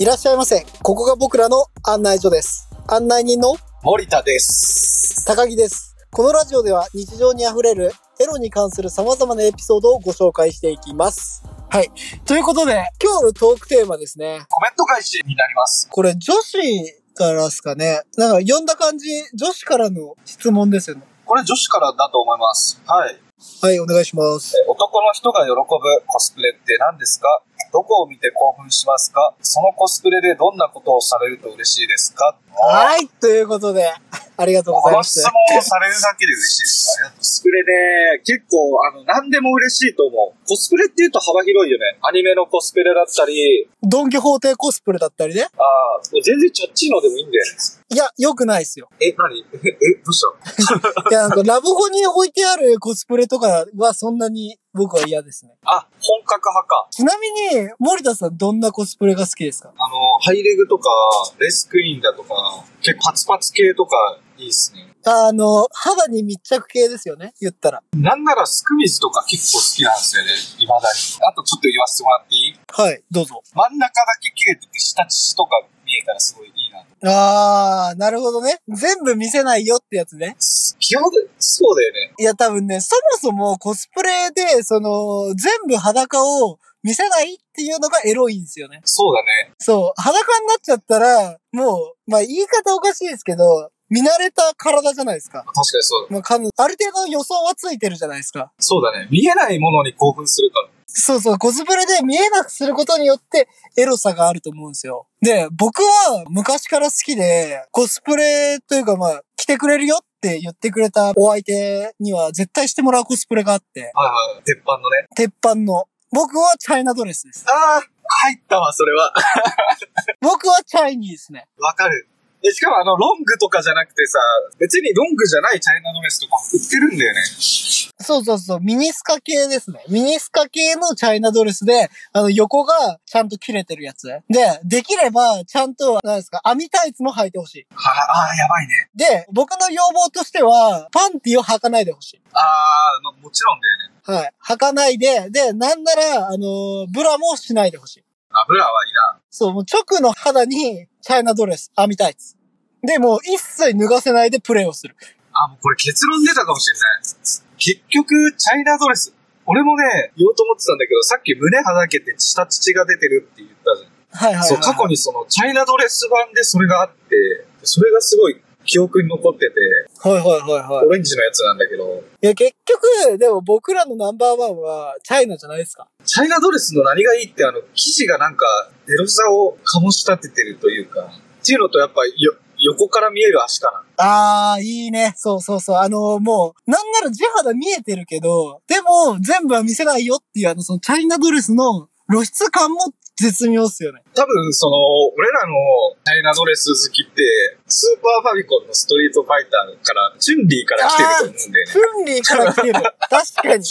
いらっしゃいませ。ここが僕らの案内所です。案内人の森田です。高木です。このラジオでは日常にあふれるエロに関する様々なエピソードをご紹介していきます。はい。ということで、今日のトークテーマですね。コメント返しになります。これ女子からですかね。なんか読んだ感じ、女子からの質問ですよね。これ女子からだと思います。はい。えはい、お願いします。男の人が喜ぶコスプレって何ですかどこを見て興奮しますかそのコスプレでどんなことをされると嬉しいですかはい、ということで、ありがとうごこざいのま質す。問をされるだけで嬉しいです。コスプレね、結構、あの、何でも嬉しいと思う。コスプレって言うと幅広いよね。アニメのコスプレだったり、ドン・キホーテコスプレだったりね。ああ、全然ちょっちいのでもいいんだよね。いや、良くないですよ。え、何え、どうしたのいや、なんかラブホに置いてあるコスプレとかはそんなに僕は嫌ですね。あ、本格派か。ちなみに、森田さんどんなコスプレが好きですかあの、ハイレグとか、レスクイーンだとか、結構パツパツ系とかいいっすね。あの、肌に密着系ですよね、言ったら。なんならスクミズとか結構好きなんですよね。未だに。あとちょっと言わせてもらっていいはい、どうぞ。真ん中だけ切れてて、下乳とか見えたらすごいいいなと。あー、なるほどね。全部見せないよってやつね。基本で、そうだよね。いや、多分ね、そもそもコスプレで、その、全部裸を見せないっていうのがエロいんですよね。そうだね。そう、裸になっちゃったら、もう、まあ言い方おかしいですけど、見慣れた体じゃないですか。確かにそうだ。まあ、かんある程度の予想はついてるじゃないですか。そうだね。見えないものに興奮するから。そうそう、コスプレで見えなくすることによってエロさがあると思うんですよ。で、僕は昔から好きで、コスプレというかまあ、来てくれるよって言ってくれたお相手には絶対してもらうコスプレがあって、はいはい。鉄板のね。鉄板の。僕はチャイナドレスです。ああ、入ったわ、それは。僕はチャイニーですね。わかる。え、しかもあの、ロングとかじゃなくてさ、別にロングじゃないチャイナドレスとか売ってるんだよね。そうそうそう、ミニスカ系ですね。ミニスカ系のチャイナドレスで、あの、横がちゃんと切れてるやつ。で、できれば、ちゃんと、なんですか、網タイツも履いてほしい。はああー、やばいね。で、僕の要望としては、パンティを履かないでほしい。あー、まあ、もちろんだよね。はい。履かないで、で、なんなら、あのーブラもしないでほしい。油はいらん。そう、もう直の肌に、チャイナドレス、編みタイツ。で、もう一切脱がせないでプレイをする。あ、もうこれ結論出たかもしれない。結局、チャイナドレス。俺もね、言おうと思ってたんだけど、さっき胸はだけて下乳が出てるって言ったじゃん。はいはい、はい。そう、過去にその、チャイナドレス版でそれがあって、それがすごい記憶に残ってて、はいはいはいはいオ。レンジのやつなんだけど、いや、結局、でも僕らのナンバーワンは、チャイナじゃないですか。チャイナドレスの何がいいって、あの、生地がなんか、エロさを醸し立ててるというか、っていうのとやっぱ、よ、横から見える足かな。あー、いいね。そうそうそう。あのーもう、なんなら地肌見えてるけど、でも、全部は見せないよっていう、あの、その、チャイナドレスの露出感も絶妙っすよね。多分、その、俺らのチャイナドレス好きって、スーパーファミコンのストリートファイターから、チュンリーから来てると思うんだよね。フンリーから来てる。確かに。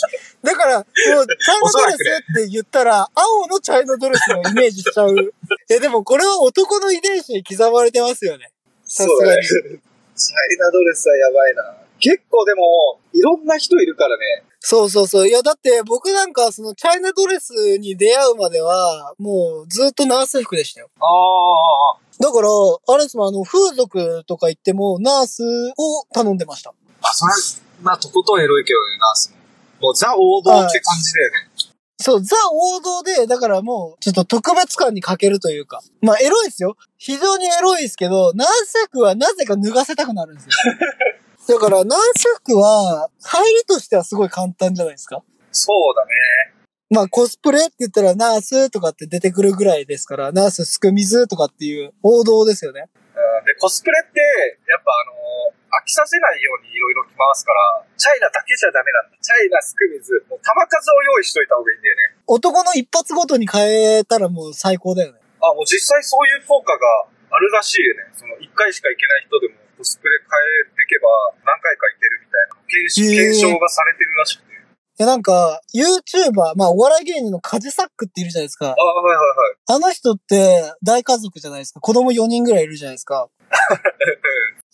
だから、もう、チャイナドレスって言ったら、青のチャイナドレスのイメージしちゃう。いや、でもこれは男の遺伝子に刻まれてますよね。さすそうがだにね。。チャイナドレスはやばいな。結構でも、いろんな人いるからね。そうそうそう。いや、だって僕なんか、その、チャイナドレスに出会うまでは、もう、ずっとナース服でしたよ。ああ。だから、あれですもん、あの、風俗とか行っても、ナースを頼んでました。あ、それは、まあ、とことんエロいけどね、ナースも。もう、ザ王道って感じだよね。そう、ザ王道で、だからもう、ちょっと特別感に欠けるというか。まあ、エロいですよ。非常にエロいですけど、ナース服はなぜか脱がせたくなるんですよ。だから、ナース服は、入りとしてはすごい簡単じゃないですか。そうだね。まあ、コスプレって言ったら、ナースとかって出てくるぐらいですから、ナースすくみずとかっていう王道ですよね。うんで、コスプレって、やっぱあの飽きさせないようにいろいろ着回すから、チャイナだけじゃダメなんだ。チャイナ、スクミズ、もう玉数を用意しといた方がいいんだよね。男の一発ごとに変えたらもう最高だよね。あ、もう実際そういう効果があるらしいよね。その一回しか行けない人でもコスプレ変えていけば何回か行けるみたいな検へ証ー検証がされてるらしくて。いや、なんか、YouTuber、まあ、お笑い芸人のカジサックっているじゃないですか。あ、はいはいはい。あの人って、大家族じゃないですか。子供4人ぐらいいるじゃないですか。うん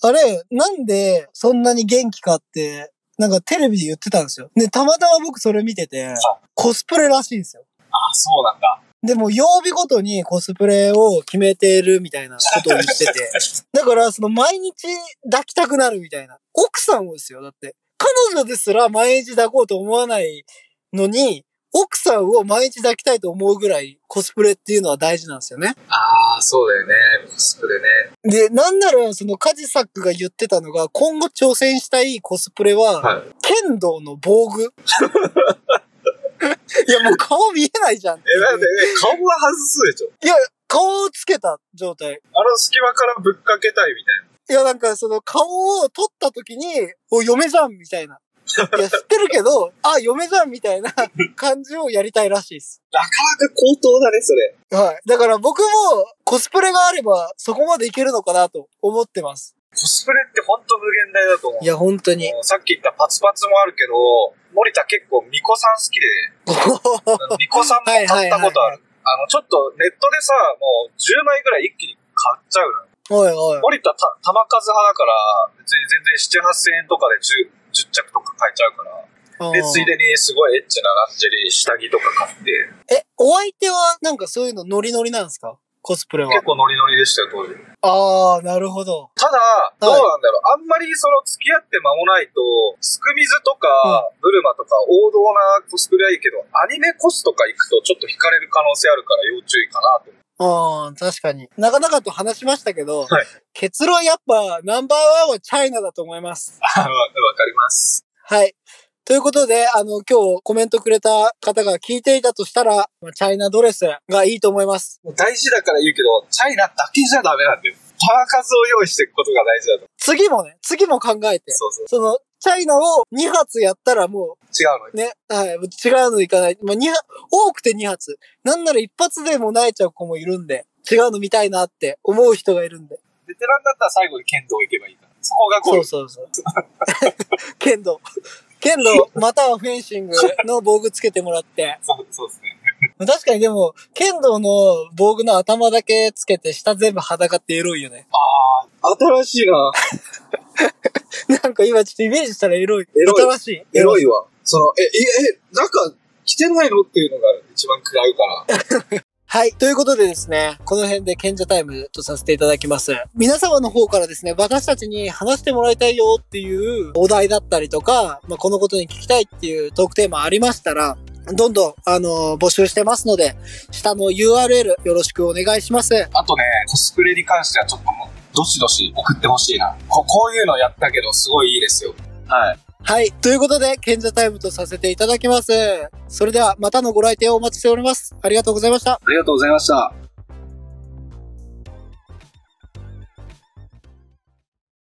あれ、なんで、そんなに元気かって、なんかテレビで言ってたんですよ。で、たまたま僕それ見てて、コスプレらしいんですよ。あ、そうなんだ。でも、曜日ごとにコスプレを決めてるみたいなことを言ってて。だから、その毎日抱きたくなるみたいな。奥さんをですよ、だって。彼女ですら毎日抱こうと思わないのに、奥さんを毎日抱きたいと思うぐらいコスプレっていうのは大事なんですよね。ああ、そうだよね。コスプレね。で、なんなら、そのカジサックが言ってたのが、今後挑戦したいコスプレは、はい。剣道の防 具。いや、もう顔見えないじゃんっていえ、う。なんで、え顔は外すでしょ。いや、顔をつけた状態。あの隙間からぶっかけたいみたいな。いや、なんかその顔を撮った時に、お、嫁じゃんみたいな。いや、知ってるけど、 あ、嫁じゃんみたいな感じをやりたいらしいです。なかなか高等だね、それ。はい。だから僕もコスプレがあればそこまでいけるのかなと思ってます。コスプレってほんと無限大だと思う。いや、本当に。 もうさっき言ったパツパツもあるけど、森田結構巫女さん好きで、巫女さんも買ったことある。あの、ちょっとネットでさ、もう10枚ぐらい一気に買っちゃうのよ。おいおい。森田た玉数派だから、別に全然7、8000円とかで 10, 10着とか買えちゃうから。で、ついでにすごいエッチなランジェリー、下着とか買って、え、お相手はなんかそういうのノリノリなんですかコスプレは結。構ノリノリでしたよ、当時。あー、なるほど。ただ、どうなんだろう。あんまりその付き合って間もないと、スクミズとか、ブルマとか王道なコスプレはいいけど、アニメコスとか行くとちょっと惹かれる可能性あるから要注意かなと思あう。ー、確かに。なかなかと話しましたけど、はい結論やっぱナンバーワンはチャイナだと思います。わわかります。はい。ということで、あの、今日コメントくれた方が聞いていたとしたら、まあチャイナドレスがいいと思います。大事だから言うけど、チャイナだけじゃダメなんだよ。パーカズを用意していくことが大事だと思う。次もね、次も考えて。そうそう。その、チャイナを2発やったらも違うの。う、ね、はい、違うのいかない。まあ、2発、多くて2発。なんなら1発でも慣れちゃう子もいるんで、違うの見たいなって思う人がいるんで。ベテランだったら最後に剣道行けばいいから。そこがこそうう。そうそう。 剣道。剣道、またはフェンシングの防具つけてもらって。そうそうですね。確かにでも、剣道の防具の頭だけつけて、下全部裸ってエロいよね。ああ、新しいな。なんか今ちょっとイメージしたらエロい。エロい新しい。エロい。いわ。その、え、え、え、なんか、着てないのっていうのが一番食らうから。はい。ということでですね、この辺で賢者タイムとさせていただきます。皆様の方からですね、私たちに話してもらいたいよっていうお題だったりとか、まあ、このことに聞きたいっていうトークテーマありましたら、どんどん、あの募集してますので、下の URL よろしくお願いします。あとね、コスプレに関してはちょっともう、どしどし送ってほしいな。こ、こういうのやったけど、すごいいいですよ。はい。はい。ということで、賢者タイムとさせていただきます。それでは、またのご来店をお待ちしております。ありがとうございました。ありがとうございました。